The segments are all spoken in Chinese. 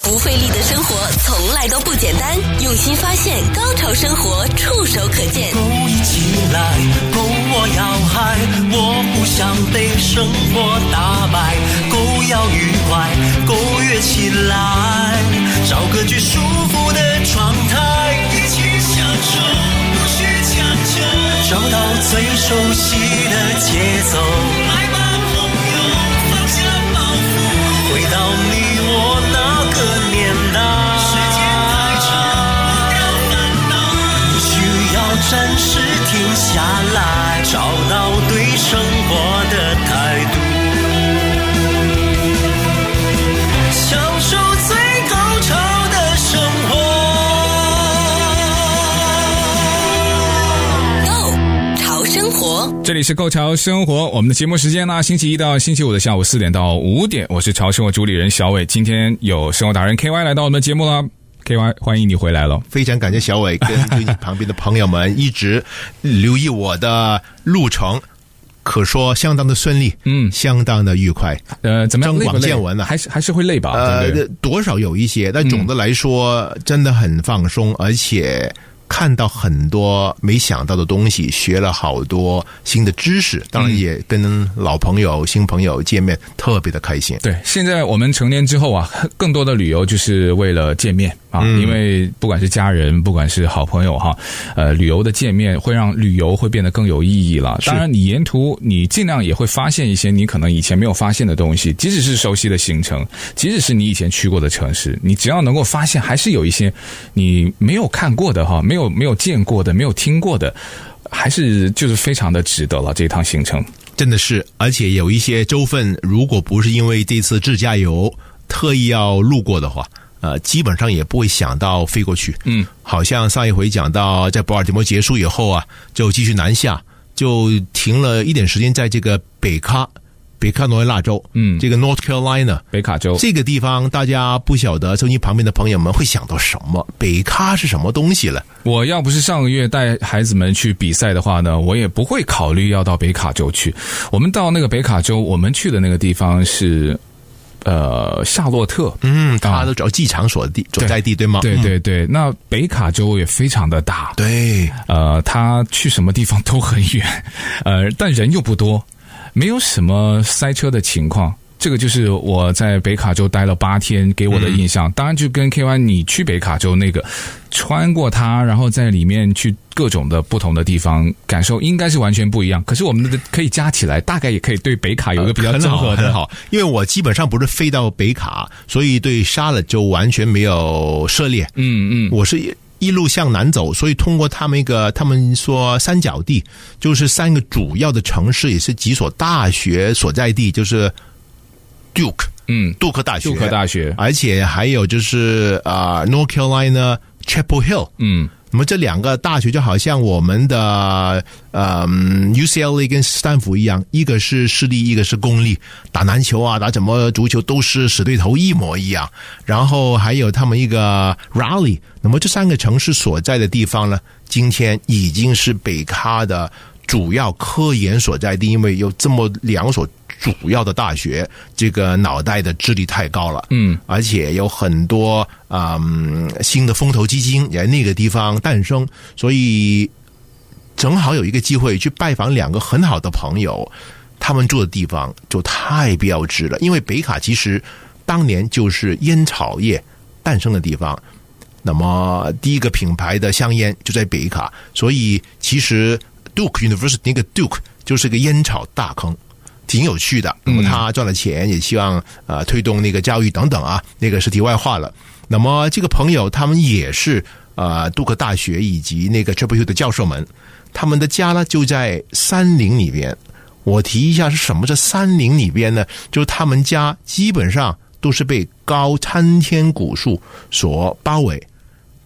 不费力的生活从来都不简单，用心发现，高潮生活触手可见勾。一起来，勾我要嗨，我不想被生活打败，勾要愉快，勾跃起来，找个最舒服的状态，一起享受，不需强求，找到最熟悉的节奏，来吧，朋友，放下包袱，回到你我那个年代，时间太长，不要烦恼。不需要暂时停下来，找到对生活的态度，享受最高潮的生活。 Go，潮生活，这里是购潮生活，我们的节目时间呢，星期一到星期五的下午四点到五点，我是潮生活主理人小伟。今天有生活达人 K Y 来到我们的节目了，K Y 欢迎你回来了。非常感谢小伟跟最近旁边的朋友们一直留意我的路程，可说相当的顺利，嗯相当的愉快。呃，怎么样？增累不广累见闻啊还是还是会累吧？啊对呃不对，多少有一些，但总的来说、真的很放松，而且看到很多没想到的东西，学了好多新的知识，嗯当然也跟老朋友、新朋友见面，特别的开心。对，现在我们成年之后啊， 更多的旅游就是为了见面啊，因为不管是家人，不管是好朋友哈，呃，旅游的见面会让旅游会变得更有意义了。当然，你沿途你尽量也会发现一些你可能以前没有发现的东西，即使是熟悉的行程，即使是你以前去过的城市，你只要能够发现，还是有一些你没有看过的哈，没有没有见过的，没有听过的。还是就是非常的值得了这一趟行程，真的是，而且有一些州份，如果不是因为这次自驾游特意要路过的话，呃，基本上也不会想到飞过去。嗯，好像上一回讲到，在博尔的摩结束以后啊，就继续南下，就停了一点时间在这个北卡，北卡罗来纳州，嗯哦这个 North Carolina。北卡州。这个地方大家不晓得，收音机旁边的朋友们会想到什么？北卡是什么东西了？我要不是上个月带孩子们去比赛的话呢，我也不会考虑要到北卡州去。我们到那个北卡州，我们去的那个地方是，呃，夏洛特。嗯，啊它都主要机场所地所在地，对吗？对嗯对对，那北卡州也非常的大，对，呃，他去什么地方都很远， 呃，但人又不多，没有什么塞车的情况。这个就是我在北卡州待了八天给我的印象。当然，就跟 K Y 你去北卡州那个，穿过它，然后在里面去各种的不同的地方，感受应该是完全不一样。可是我们的可以加起来，大概也可以对北卡有一个比较呃很综好合的很。好，因为啊我基本上不是飞到北卡，所以对沙勒州完全没有涉猎。嗯嗯，我是一一路向南走，所以通过他们一个，他们说三角地，就是三个主要的城市，也是几所大学所在地，就是 Duke 嗯，杜克大学，杜克大学，而且还有就是啊、呃 North Carolina Chapel Hill。嗯那么这两个大学就好像我们的呃 UCLA 跟斯坦福一样，一个是私立，一个是公立。打篮球啊，打什么足球都是死对头一模一样。然后还有他们一个 Raleigh，那么这三个城市所在的地方呢，今天已经是北咖的主要科研所在地，因为有这么两所主要的大学，这个脑袋的智力太高了。嗯，而且有很多啊、嗯新的风投基金也在那个地方诞生，所以正好有一个机会去拜访两个很好的朋友，他们住的地方就太标志了。因为北卡其实当年就是烟草业诞生的地方，那么第一个品牌的香烟就在北卡，所以其实 Duke University 那个 Duke 就是个烟草大坑。挺有趣的，那么他赚了钱，也希望呃推动那个教育等等啊，那个是题外话了。那么这个朋友他们也是呃杜克大学以及那个 Triple U 的教授们，他们的家呢就在山林里边。我提一下是什么？这山林里边呢，就是他们家基本上都是被高参天古树所包围，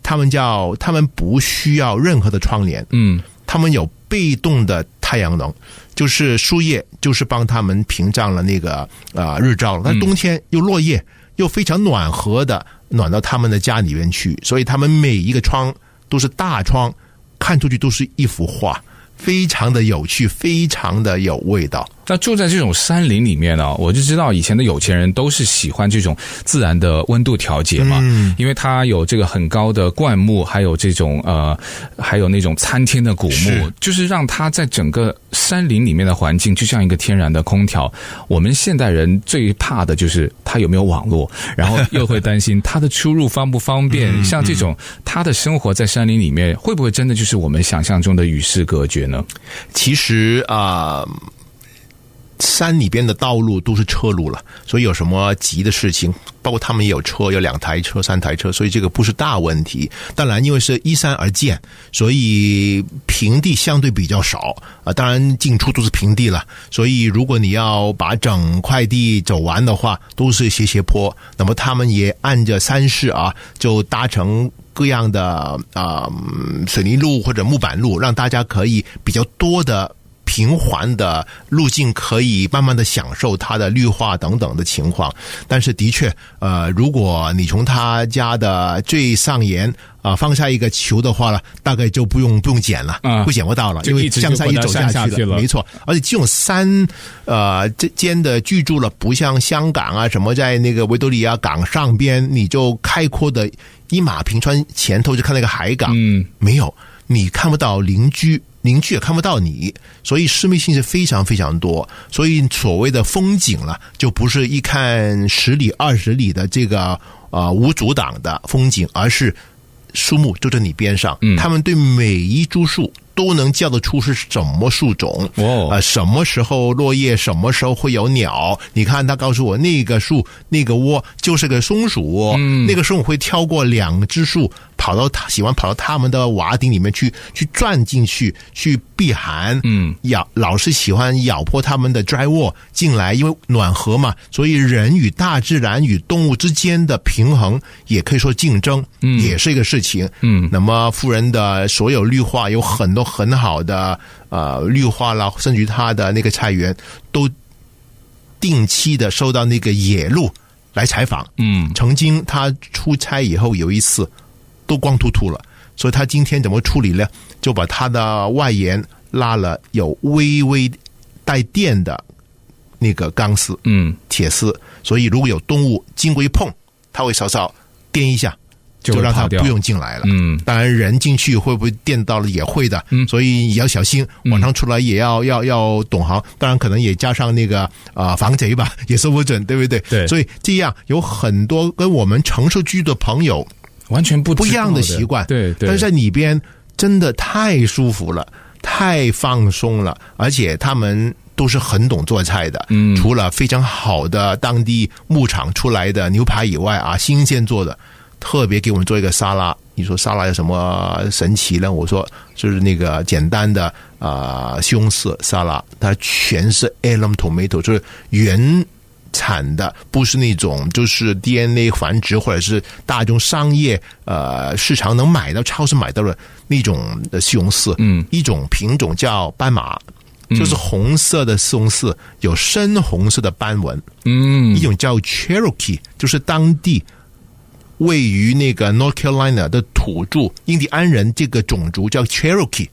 他们叫他们不需要任何的窗帘，嗯他们有被动的太阳能，就是树叶，就是帮他们屏障了那个啊、呃日照了。但冬天又落叶，又非常暖和的暖到他们的家里面去，所以他们每一个窗都是大窗，看出去都是一幅画，非常的有趣，非常的有味道。那住在这种山林里面呢，我就知道以前的有钱人都是喜欢这种自然的温度调节嘛，嗯因为它有这个很高的灌木，还有这种呃，还有那种参天的古木是，就是让它在整个山林里面的环境就像一个天然的空调。我们现代人最怕的就是它有没有网络，然后又会担心它的出入方不方便。嗯像这种他的生活在山林里面，会不会真的就是我们想象中的与世隔绝呢？其实啊、山里边的道路都是车路了，所以有什么急的事情，包括他们也有车，有两台车、三台车，所以这个不是大问题。当然，因为是依山而建，所以平地相对比较少啊。当然，进出都是平地了，所以如果你要把整块地走完的话，都是斜斜坡。那么他们也按着山势啊，就搭成。各样的啊、嗯水泥路或者木板路，让大家可以比较多的平缓的路径可以慢慢的享受它的绿化等等的情况。但是的确，呃，如果你从他家的最上沿啊、放下一个球的话呢，大概就不用不用剪了，啊不剪不到了，就因为一直就向山滚一到走山下去去了没错。而且这种山呃之间的居住了，不像香港啊什么在那个维多利亚港上边，你就开阔的一马平川，前头就看那个海港，嗯，没有，你看不到邻居，邻居也看不到你，所以私密性是非常非常多。所以所谓的风景了，就不是一看十里二十里的这个呃无阻挡的风景，而是树木就在你边上，嗯他们对每一株树。都能叫得出是什么树种，哦呃，什么时候落叶，什么时候会有鸟。你看，他告诉我那个树那个窝就是个松鼠窝，嗯那个松鼠会跳过两只树，跑到它喜欢跑到他们的瓦顶里面去，去钻进去，去避寒。嗯，咬老是喜欢咬破他们的 drywall 进来，因为暖和嘛，所以人与大自然与动物之间的平衡，也可以说竞争，嗯，也是一个事情。嗯那么富人的所有绿化有很多很好的呃绿化啦，甚至于他的那个菜园都定期的受到那个野鹿来采访。嗯，曾经他出差以后有一次都光秃秃了，所以他今天怎么处理呢？就把他的外沿拉了有微微带电的那个钢丝，嗯，铁丝，所以如果有动物经过一碰，它会稍稍颠一下，就会让跑它掉不用进来了。嗯当然人进去会不会电到了也会的，嗯所以也要小心。晚上出来也要、要要懂行，当然可能也加上那个呃防贼吧， 也说不准，对不对？对所以这样有很多跟我们城市居的朋友完全不不一知道样的习惯，对对，但是在里边真的太舒服了，太放松了，而且他们都是很懂做菜的，嗯除了非常好的当地牧场出来的牛排以外啊，新鲜做的，特别给我们做一个沙拉。你说沙拉有什么神奇呢？我说就是那个简单的啊、呃西红柿沙拉，它全是 a l u m tomato，就是原产的，不是那种就是 DNA 繁殖或者是大众商业呃市场能买到、超市买到的那种的西红柿。嗯，一种品种叫斑马，就是红色的西红柿，有深红色的斑纹。嗯一种叫 Cherokee，就是当地位于那个 North Carolina 的土著印第安人这个种族叫 Cherokee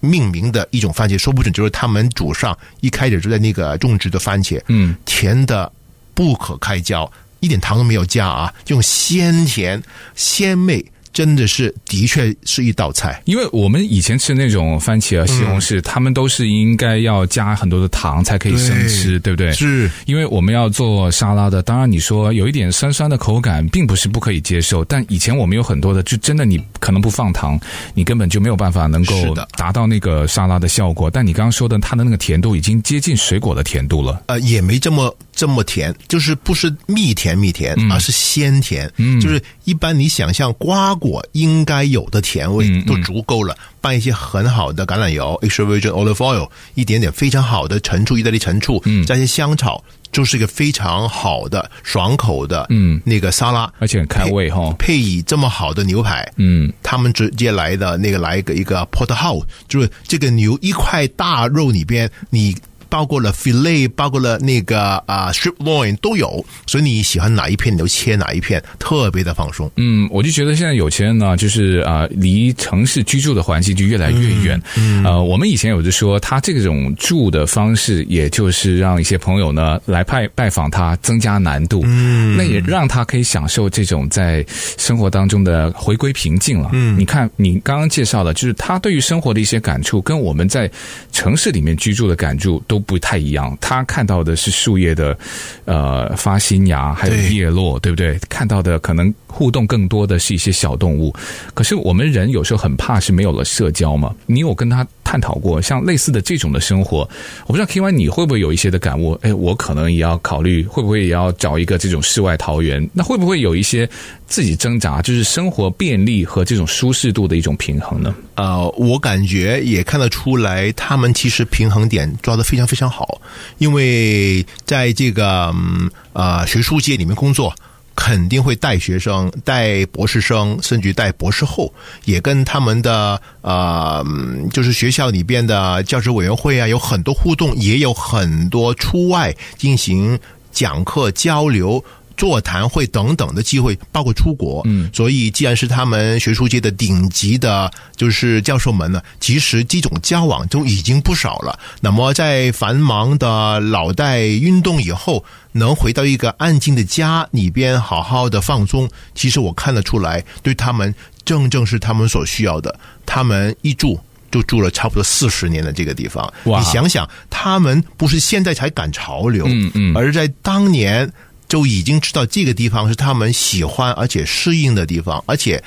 命名的一种番茄，说不准就是他们祖上一开始就在那个种植的番茄，嗯，甜的不可开交，一点糖都没有加啊，这种鲜甜鲜美，真的是的确是一道菜。因为我们以前吃那种番茄啊、西红柿，他们都是应该要加很多的糖才可以生吃，对不对？是因为我们要做沙拉的，当然你说有一点酸酸的口感，并不是不可以接受。但以前我们有很多的，就真的你可能不放糖，你根本就没有办法能够是的达到那个沙拉的效果。但你刚刚说的，它的那个甜度已经接近水果的甜度了。呃，也没这么这么甜，就是不是蜜甜蜜甜，嗯而是鲜甜，就是一般你想象瓜果应该有的甜味嗯嗯都足够了。拌一些很好的橄榄油 extra virgin olive oil，一点点非常好的陈醋，意大利陈醋，嗯加一些香草，就是一个非常好的爽口的，嗯那个沙拉，而且很开胃哈配以这么好的牛排，嗯，他们直接来的那个来一个一个 porterhouse，就是这个牛一块大肉里边，你包括了 filet，包括了那个啊、strip loin 都有，所以你喜欢哪一片你就切哪一片，特别的放松。嗯，我就觉得现在有钱人呢，就是啊、离城市居住的环境就越来越远。呃，我们以前有就说，他这种住的方式，也就是让一些朋友呢来拜拜访他，增加难度。嗯，那也让他可以享受这种在生活当中的回归平静了。嗯，你看你刚刚介绍的，就是他对于生活的一些感触，跟我们在城市里面居住的感触都不太一样。他看到的是树叶的呃发新芽，还有对叶。叶落，对不对？看到的可能互动更多的是一些小动物，可是我们人有时候很怕是没有了社交嘛。你有跟他探讨过像类似的这种的生活？我不知道 K Y 你会不会有一些的感悟？哎，我可能也要考虑，会不会也要找一个这种世外桃源？那会不会有一些自己挣扎，就是生活便利和这种舒适度的一种平衡呢？呃，我感觉也看得出来，他们其实平衡点抓得非常非常好，因为在这个嗯呃学术界里面工作。肯定会带学生、带博士生，甚至带博士后，也跟他们的呃，嗯就是学校里边的教职委员会啊，有很多互动，也有很多出外进行讲课交流。座谈会等等的机会，包括出国，嗯，所以既然是他们学术界的顶级的，就是教授们呢，其实这种交往就已经不少了。那么在繁忙的脑袋运动以后，能回到一个安静的家里边好好的放松，其实我看得出来，对他们正正是他们所需要的。他们一住就住了差不多四十年的这个地方，哇你想想，他们不是现在才赶潮流，嗯嗯而在当年就已经知道这个地方是他们喜欢而且适应的地方，而且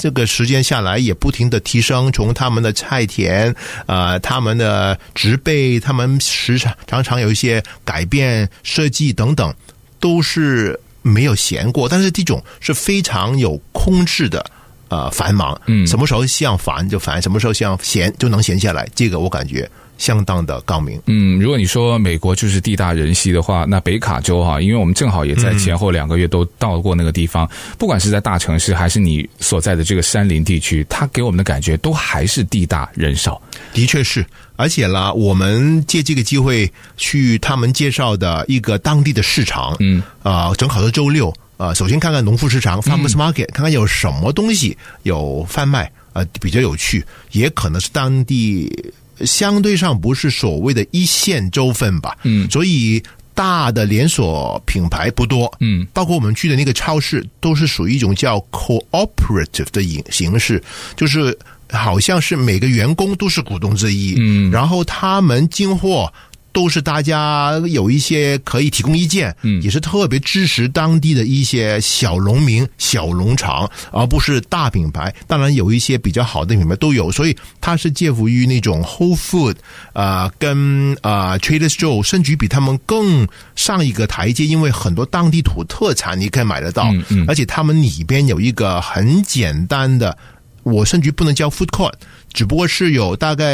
这个时间下来也不停的提升，从他们的菜田，呃，他们的植被，他们时常常常有一些改变设计等等，都是没有闲过，但是这种是非常有控制的。呃，繁忙，嗯什么时候想烦就烦，什么时候想闲就能闲下来，这个我感觉相当的高明。嗯，如果你说美国就是地大人稀的话，那北卡州哈、因为我们正好也在前后两个月都到过那个地方，不管是在大城市还是你所在的这个山林地区，它给我们的感觉都还是地大人少。的确是，而且啦，我们借这个机会去他们介绍的一个当地的市场，嗯，啊、正好是周六，呃，首先看看农副市场 （farmers market），、看看有什么东西有贩卖，呃，比较有趣，也可能是当地相对上不是所谓的一线州份吧，嗯，所以。大的连锁品牌不多，嗯，包括我们去的那个超市，都是属于一种叫 cooperative 的形形式，就是好像是每个员工都是股东之一，嗯，然后他们进货。都是大家有一些可以提供意见，嗯，也是特别支持当地的一些小农民、小农场，而不是大品牌。当然，有一些比较好的品牌都有，所以它是介乎于那种 Whole Food 啊、跟啊、Trader Joe，甚至于比他们更上一个台阶，因为很多当地土特产你可以买得到，嗯嗯而且他们里边有一个很简单的，我甚至不能叫 food court，只不过是有大概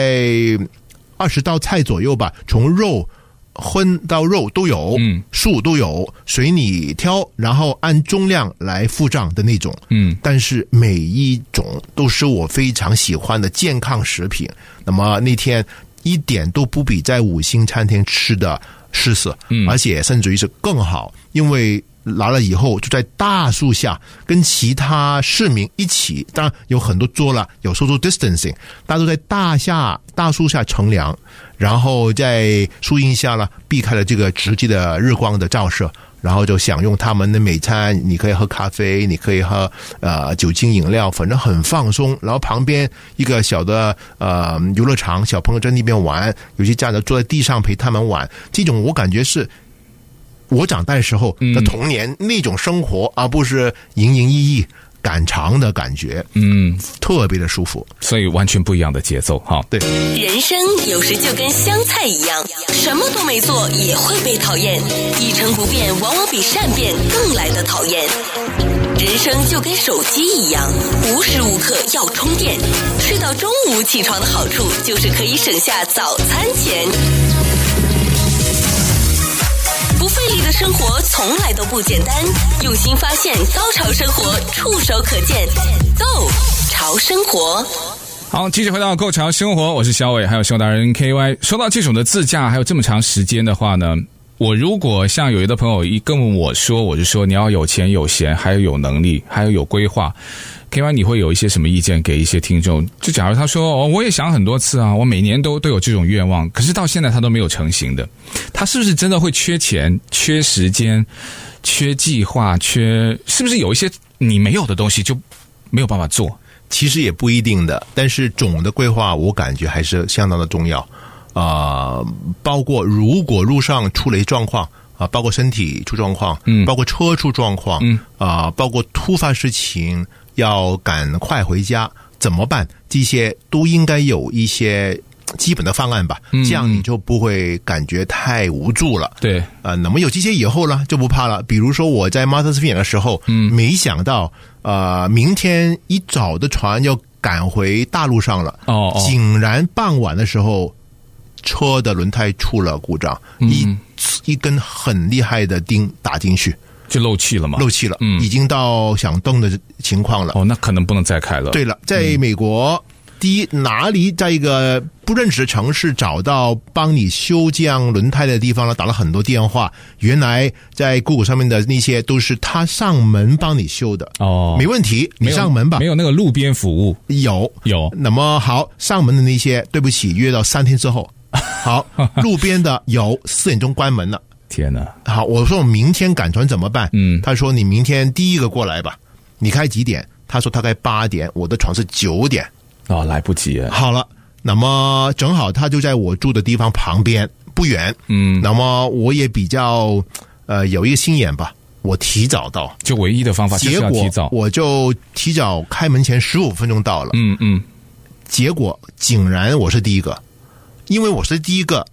二十道菜左右吧，从肉。荤到肉都有，嗯，素都有，随你挑，然后按重量来付账的那种，嗯，但是每一种都是我非常喜欢的健康食品。那么那天一点都不比在五星餐厅吃的失色，嗯，而且甚至于是更好，因为来了以后就在大树下跟其他市民一起，当然有很多桌了，有 social distancing，大家都在大下大树下乘凉，然后在树荫下呢避开了这个直接的日光的照射。然后就享用他们的美餐，你可以喝咖啡，你可以喝呃酒精饮料，反正很放松。然后旁边一个小的呃游乐场，小朋友在那边玩，有些家长坐在地上陪他们玩。这种我感觉是我长大的时候的童年那种生活，而不是营营役役赶长的感觉，嗯，特别的舒服。所以完全不一样的节奏哈。对，人生有时就跟香菜一样，什么都没做也会被讨厌。一成不变往往比善变更来得讨厌。人生就跟手机一样，无时无刻要充电。睡到中午起床的好处，就是可以省下早餐钱。不费力的生活从来都不简单，用心发现，高潮生活触手可见。Go，潮生活。好，继续回到购潮生活，我是小伟，还有熊达人 KY。说到这种的自驾，还有这么长时间的话呢，我如果像有一的朋友一跟我说，我就说你要有钱有闲，还要有能力，还要有规划。KY，你会有一些什么意见给一些听众？就假如他说，哦，我也想很多次啊，我每年都都有这种愿望，可是到现在他都没有成型的，他是不是真的会缺钱、缺时间、缺计划、缺？是不是有一些你没有的东西就没有办法做？其实也不一定的，但是总的规划我感觉还是相当的重要啊、包括如果路上出了一状况啊、包括身体出状况，嗯包括车出状况，嗯，啊、包括突发事情要赶快回家怎么办？这些都应该有一些基本的方案吧，嗯这样你就不会感觉太无助了。对，呃，那么有这些以后呢，就不怕了。比如说我在 Masters 飞演的时候，嗯，没想到呃，明天一早的船要赶回大陆上了，哦哦竟然傍晚的时候车的轮胎出了故障，嗯一一根很厉害的钉打进去，就漏气了嘛？漏气了，嗯已经到想蹬的情况了。哦，那可能不能再开了。对了，在嗯美国，第一哪里在一个不认识的城市找到帮你修这样轮胎的地方呢？打了很多电话，原来在 Google 上面的那些都是他上门帮你修的。哦，没问题，你没有上门吧没。有那个路边服务有有那么好，上门的那些，对不起，约到三天 之后。好，路边的有四点钟关门了。天哪，好，我说我明天赶船怎么办？嗯他说你明天第一个过来吧。你开几点？他说他开八点，我的船是九点。哦，来不及了。好了，那么正好他就在我住的地方旁边不远，嗯，那么我也比较呃有一个心眼吧，我提早到，就唯一的方法啊就是结要提果早。我就提早开门前十五分钟到了，嗯嗯，结果竟然我是第一个，因为我是第一个，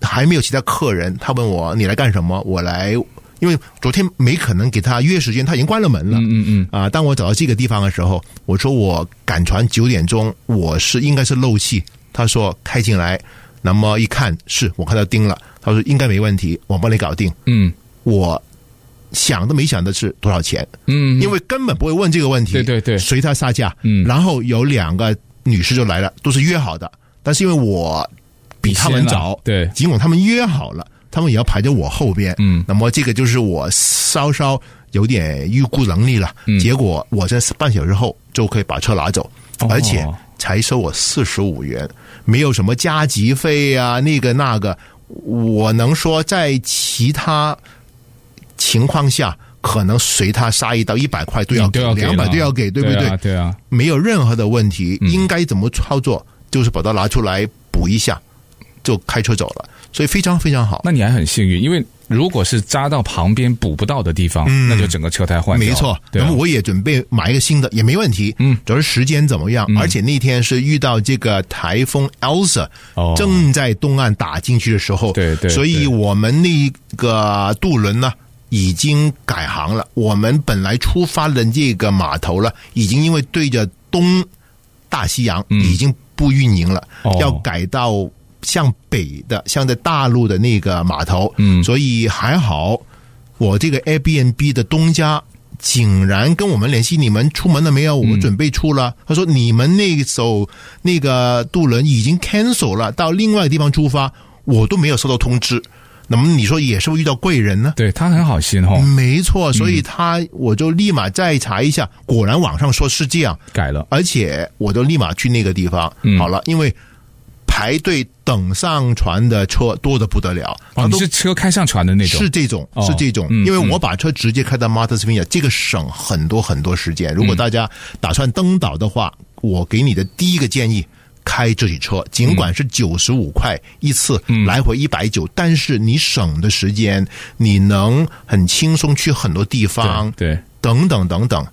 还没有其他客人，他问我你来干什么，我来。因为昨天没可能给他约时间，他已经关了门了。嗯嗯啊、当我找到这个地方的时候，我说我赶船九点钟，我是应该是漏气。他说开进来，那么一看是我看到钉了，他说应该没问题，我帮你搞定。嗯我想都没想的是多少钱，嗯，因为根本不会问这个问题。对对对随他杀价。嗯然后有两个女士就来了，都是约好的，但是因为我比他们你先了早，对尽管他们约好了，他们也要排在我后边。嗯那么这个就是我稍稍有点预估能力了。嗯结果我在半小时后就可以把车拿走，哦而且才收我四十五元，没有什么加急费啊，那个那个。我能说，在其他情况下，可能随他杀一刀一百块都要你嗯都要给两百了都要给，对不对啊嗯对啊，没有任何的问题，应该怎么操作，就是把它拿出来补一下，就开车走了，所以非常非常好。那你还很幸运，因为如果是扎到旁边补不到的地方，那就整个车胎换掉了。嗯没错，对那啊么我也准备买一个新的，也没问题。嗯主要是时间怎么样？而且那天是遇到这个台风 Elsa，、哦正在东岸打进去的时候，对对所以对我们那个渡轮呢。已经改行了，我们本来出发的这个码头了，已经因为对着东大西洋，嗯已经不运营了，哦要改到向北的，像在大陆的那个码头。嗯所以还好，我这个 Airbnb 的东家竟然跟我们联系，你们出门了没有？我们准备出了。他说你们那艘那个渡轮已经 cancel 了，到另外地方出发，我都没有收到通知。那么你说也是会遇到贵人呢？对他很好心哦，没错，所以他我就立马再查一下，果然网上说是这样，改了。而且我就立马去那个地方。嗯好了，因为排队等上船的车多的不得了，哦，他你啊都是车开上船的那种是。这种，哦是这种，嗯因为我把车直接开到 Martha's Vineyard，这个省很多很多时嗯间。如果大家打算登岛的话，我给你的第一个建议。开这己车，尽管嗯是九十五块一次，来回一百九，但是你省的时间，你能很轻松去很多地方，对，对等等等等，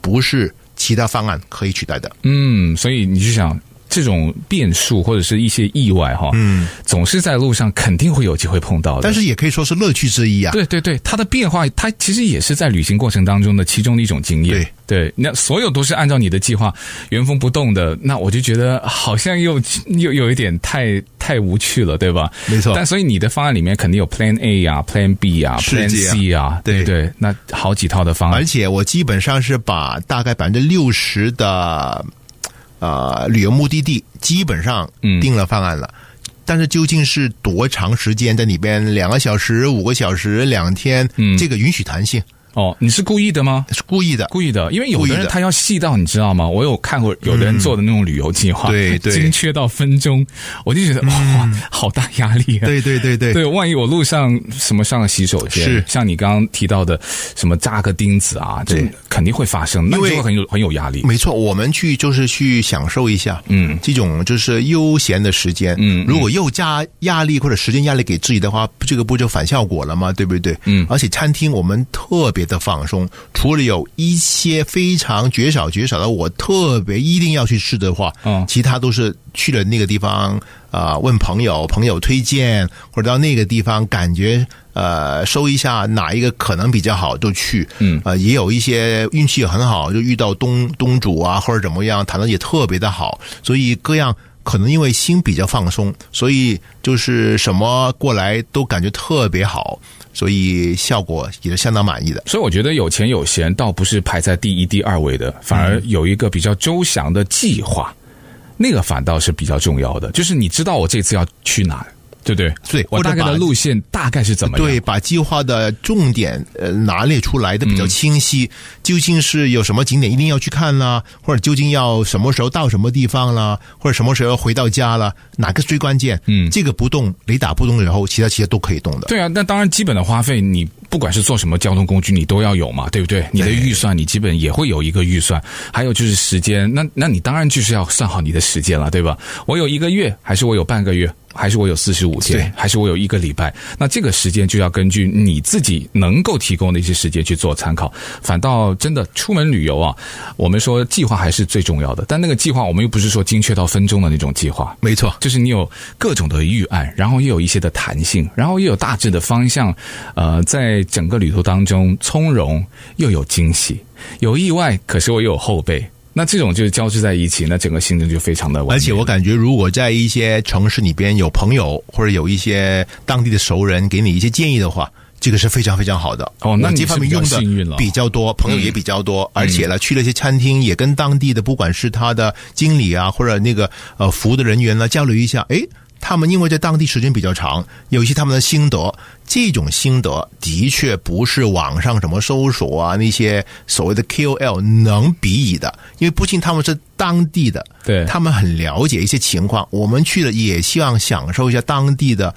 不是其他方案可以取代的。嗯，所以你就想这种变数或者是一些意外哈，嗯，总是在路上肯定会有机会碰到的。但是也可以说是乐趣之一啊。 对对对，它的变化，它其实也是在旅行过程当中的其中的一种经验。对，那所有都是按照你的计划原封不动的，那我就觉得好像又 又有一点太太无趣了，对吧？没错但所以你的方案里面肯定有 Plan A 呀、Plan B 呀、是 Plan 这样 C 呀，对啊对哎不对，那好几套的方案而。且我基本上是把大概百分之六十的呃旅游目的地，基本上嗯定了方案了。但是究竟是多长时间在里边？两个小时、五个小时、两天，嗯这个允许弹性，哦，你是故意的吗？是故意的。故意的，因为有故意的人的他要细到，你知道吗？我有看过有的人做的那种旅游计划，嗯对对精确到分钟，我就觉得哇，好大压力啊！对对对对，对，万一我路上什么上了洗手间，是像你刚刚提到的什么扎个钉子啊，这对肯定会发生，那因你为就会很有很有压力。没错，我们去就是去享受一下，嗯这种就是悠闲的时间。嗯嗯如果又加压力或者时间压力给自己的话，这个不就反效果了吗？对不对？嗯而且餐厅我们特别的放松，除了有一些非常绝少绝少的我特别一定要去吃的话，嗯其他都是去了那个地方啊、呃问朋友，朋友推荐，或者到那个地方感觉。呃，搜一下哪一个可能比较好就去，嗯呃，也有一些运气很好，就遇到东东主啊或者怎么样，谈的也特别的好，所以各样可能因为心比较放松，所以就是什么过来都感觉特别好，所以效果也是相当满意的。所以我觉得有钱有闲倒不是排在第一、第二位的，反而有一个比较周详的计划，那个反倒是比较重要的。就是你知道我这次要去哪儿，对不对？对我或者大概的把路线大概是怎么样？对，把计划的重点呃拿列出来的比较清晰，嗯究竟是有什么景点一定要去看啦，或者究竟要什么时候到什么地方啦，或者什么时候回到家啦，哪个最关键？嗯这个不动，雷打不动以后，其他其实都可以动的。对啊，那当然，基本的花费，你不管是做什么交通工具，你都要有嘛，对不对？你的预算，你基本也会有一个预算。还有就是时间，那那你当然就是要算好你的时间了，对吧？我有一个月，还是我有半个月，还是我有四十五天对，还是我有一个礼拜？那这个时间就要根据你自己能够提供的一些时间去做参考。反倒真的出门旅游啊，我们说计划还是最重要的，但那个计划我们又不是说精确到分钟的那种计划，没错，就是你有各种的预案，然后又有一些的弹性，然后又有大致的方向，呃，在整个旅途当中从容又有惊喜，有意外，可是我又有后备。那这种就是交织在一起，那整个行程就非常的完美。而且我感觉，如果在一些城市里边有朋友或者有一些当地的熟人给你一些建议的话，这个是非常非常好的。哦那我你这方面是比较用的幸运了比较多，朋友也比较多，而且呢，去了一些餐厅，也跟当地的不管是他的经理啊，或者那个呃服务的人员呢交流一下，诶，他们因为在当地时间比较长，有一些他们的心得，这种心得的确不是网上什么搜索啊那些所谓的 KOL 能比拟的，因为毕竟他们是当地的，对他们很了解一些情况。我们去了也希望享受一下当地的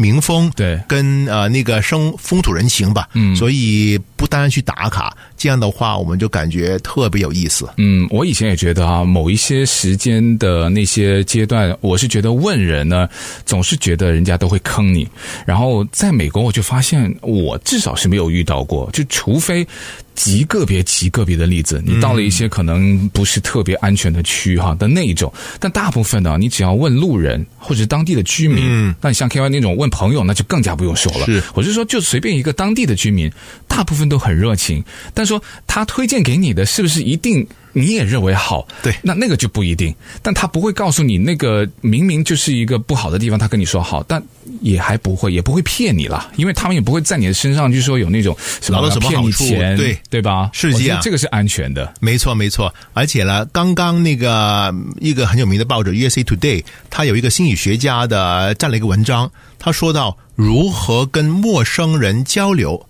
民风，对跟呃那个生风土人情吧。嗯，所以不单单去打卡，这样的话我们就感觉特别有意思。嗯，我以前也觉得啊，某一些时间的那些阶段，我是觉得问人呢，总是觉得人家都会坑你。然后在美国，我就发现我至少是没有遇到过，就除非极个别、极个别的例子，你到了一些可能不是特别安全的区域哈的那一种，但大部分呢，你只要问路人或者当地的居民，那你像 K Y 那种问朋友，那就更加不用说了。嗯是我是说，就随便一个当地的居民，大部分都很热情，但说他推荐给你的是不是一定你也认为好？对那那个就不一定，但他不会告诉你那个明明就是一个不好的地方，他跟你说好，但也还不会，也不会骗你啦，因为他们也不会在你的身上就说有那种什么拿到什么骗你好处钱，对啊对吧？是我这觉得样这个是安全的。没错，没错。而且呢，刚刚那个嗯一个很有名的报纸《USA Today》，它有一个心理学家的站了一个文章，他说到如何跟陌生人交流，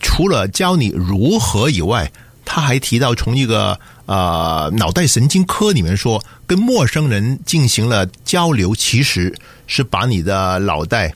除了教你如何以外，他还提到从一个呃脑袋神经科里面说，跟陌生人进行了交流，其实是把你的脑袋。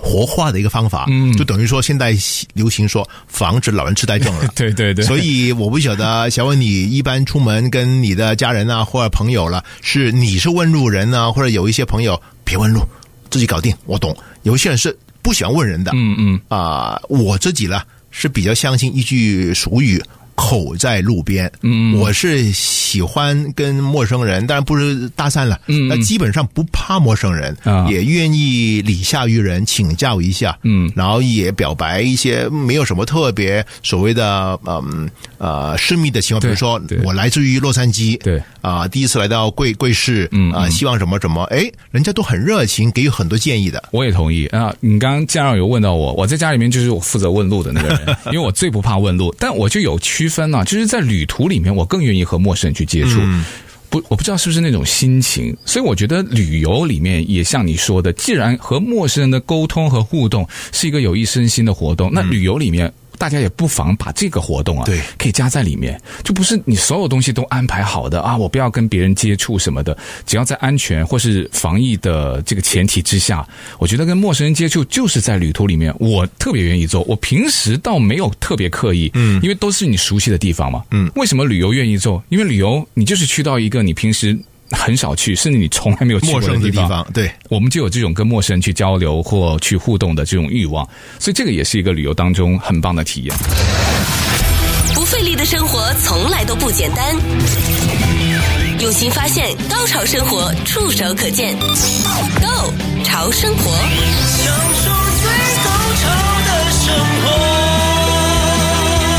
活化的一个方法，嗯，就等于说现在流行说防止老人痴呆症了，对对对，所以我不晓得，小文，你一般出门跟你的家人啊或者朋友了，是你是问路人呢、或者有一些朋友别问路，自己搞定，我懂。有一些人是不喜欢问人的，嗯嗯，啊、我自己呢是比较相信一句俗语。口在路边，嗯，我是喜欢跟陌生人，当然不是搭讪了，嗯，那基本上不怕陌生人，啊也愿意礼下于人，请教一下，嗯然后也表白一些嗯没有什么特别所谓的，嗯呃私密的情况，比对如说对我来自于洛杉矶，对啊、第一次来到贵贵市，嗯啊、希望什么什么，哎，人家都很热情，给予很多建议的，我也同意啊。你刚刚家长有问到我，我在家里面就是我负责问路的那个人，因为我最不怕问路，但我就有区分啊，就是在旅途里面，我更愿意和陌生人去接触。不，我不知道是不是那种心情。所以我觉得旅游里面也像你说的，既然和陌生人的沟通和互动是一个有益身心的活动，那旅游里面。大家也不妨把这个活动啊，对可以加在里面，就不是你所有东西都安排好的啊，我不要跟别人接触什么的，只要在安全或是防疫的这个前提之下，我觉得跟陌生人接触就是在旅途里面，我特别愿意做，我平时倒没有特别刻意，嗯，因为都是你熟悉的地方嘛，嗯，为什么旅游愿意做？因为旅游你就是去到一个你平时。很少去，甚至你从来没有去过陌生地的地方，对，我们就有这种跟陌生人去交流或去互动的这种欲望，所以这个也是一个旅游当中很棒的体验。不费力的生活从来都不简单。用心发现，高潮生活触手可见 Go 潮生活，享受最高潮的生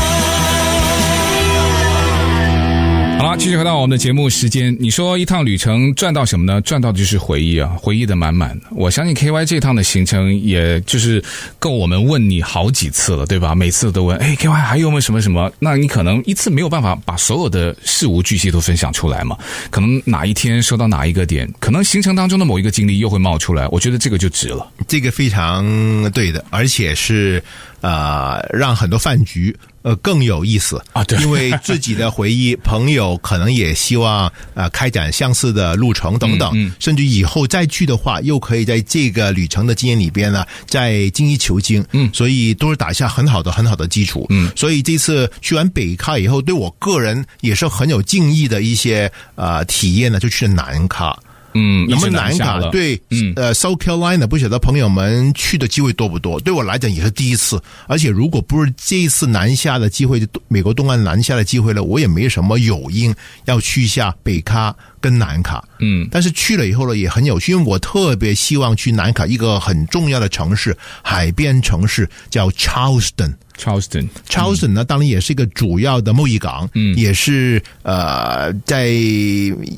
活。好嗯了，继续回到我们的节目时间。你说一趟旅程赚到什么呢？赚到的就是回忆啊，回忆的满满。我相信 K Y 这趟的行程，也就是够我们问你好几次了，对吧？每次都问，哎，K Y 还有没有什么什么？那你可能一次没有办法把所有的事无巨细都分享出来嘛？可能哪一天说到哪一个点，可能行程当中的某一个经历又会冒出来。我觉得这个就值了。这个非常对的，而且是呃，让很多饭局呃更有意思啊对因为自己的回忆，朋友可能也希望呃开展相似的路程等等，嗯嗯甚至以后再去的话，又可以在这个旅程的经验里边呢，再精益求精，嗯，所以都是打下很好的很好的基础，嗯，所以这次去完北咖以后，对我个人也是很有敬意的一些呃体验呢，就去了南咖。嗯，那么一直南南下卡了对，嗯呃，South Carolina 不晓得朋友们去的机会多不多？对我来讲也是第一次，而且如果不是这一次南下的机会，美国东岸南下的机会呢，我也没什么诱因要去一下北卡跟南卡。嗯但是去了以后呢，也很有趣，因为我特别希望去南卡一个很重要的城市，海边城市叫 Charleston。 ，Charleston， Charleston 呢，当然也是一个主要的贸易港，嗯，也是呃，在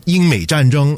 英美战争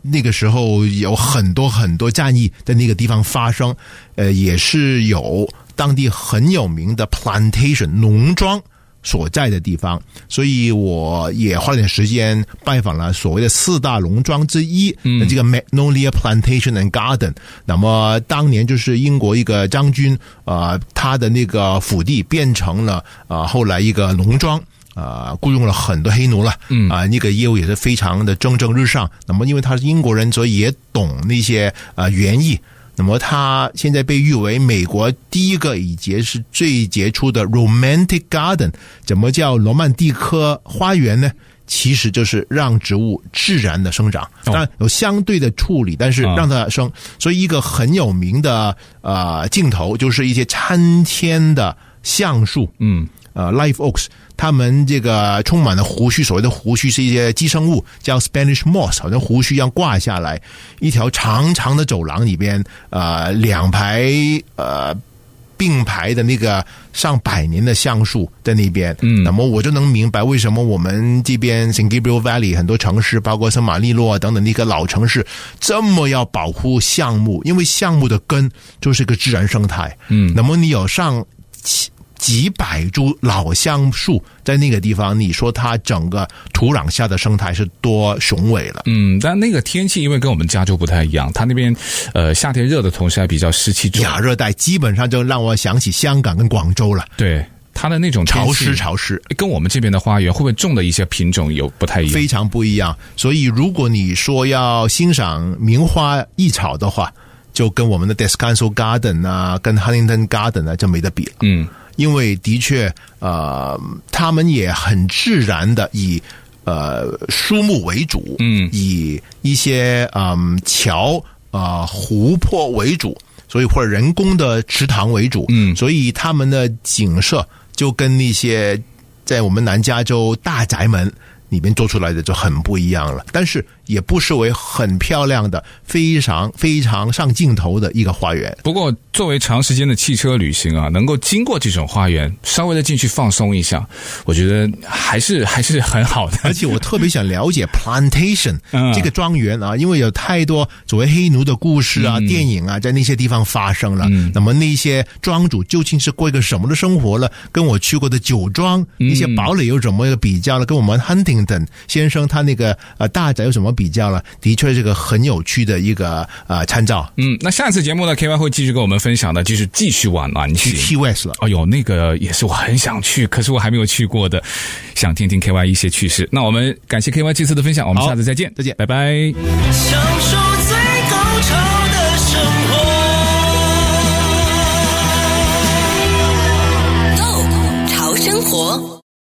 那个时候有很多很多战役在那个地方发生，呃，也是有当地很有名的 plantation 农庄。所在的地方，所以我也花了点时间拜访了所谓的四大农庄之一，嗯，这个 Magnolia Plantation and Garden。那么当年就是英国一个将军，呃，他的那个府地变成了呃后来一个农庄。啊，雇佣了很多黑奴了，嗯啊，那个业务也是非常的蒸蒸日上。那么，因为他是英国人，所以也懂那些呃园艺。那么，他现在被誉为美国第一个以及是最杰出的 Romantic Garden，怎么叫罗曼蒂克花园呢？其实就是让植物自然的生长，当然有相对的处理，但是啊让它生。所以，一个很有名的呃镜头就是一些参天的橡树，嗯，呃 Live Oaks，他们这个充满了胡须，所谓的胡须是一些寄生物，叫 Spanish moss，好像胡须一样挂下来，一条长长的走廊里边，呃，两排呃。并排的那个上百年的橡树在那边，嗯，那么我就能明白为什么我们这边 San Gabriel Valley 很多城市，包括圣马力诺啊等等那个老城市，这么要保护橡木，因为橡木的根就是一个自然生态，嗯，那么你有上几几百株老橡树在那个地方，你说它整个土壤下的生态是多雄伟了？嗯，但那个天气因为跟我们加州不太一样，它那边呃夏天热的同时还比较湿气重，亚热带基本上就让我想起香港跟广州了，对它的那种天气潮湿潮湿。跟我们这边的花园会不会种的一些品种有不太一样？非常不一样。所以，如果你说要欣赏名花异草的话，就跟我们的 Descanso Garden 啊，跟 Huntington Garden 啊，就没得比了。嗯，因为的确，呃，他们也很自然的以呃树木为主，嗯以一些嗯桥啊、呃湖泊为主，所以或者人工的池塘为主，嗯所以他们的景色就跟那些在我们南加州大宅门里面做出来的就很不一样了。但是也不失为很漂亮的、非常非常上镜头的一个花园。不过，作为长时间的汽车旅行啊，能够经过这种花园，稍微的进去放松一下，我觉得还是还是很好的。 而且我特别想了解 plantation 嗯这个庄园啊，因为有太多所谓黑奴的故事啊、电影啊，在那些地方发生了。那么那些庄主究竟是过一个什么的生活了？跟我去过的酒庄那些堡垒有什么一个比较了？跟我们 Huntington 先生他那个呃大宅有什么比较了？的确，这个很有趣的一个呃参照。嗯，那下次节目呢，K Y 会继续跟我们分享的，就是继续啊往南去行。 Key West 了，哎呦，那个也是我很想去，可是我还没有去过的，想听听 K Y 一些趣事。那我们感谢 K Y 这次的分享，我们好下次再见，再见拜拜。享受。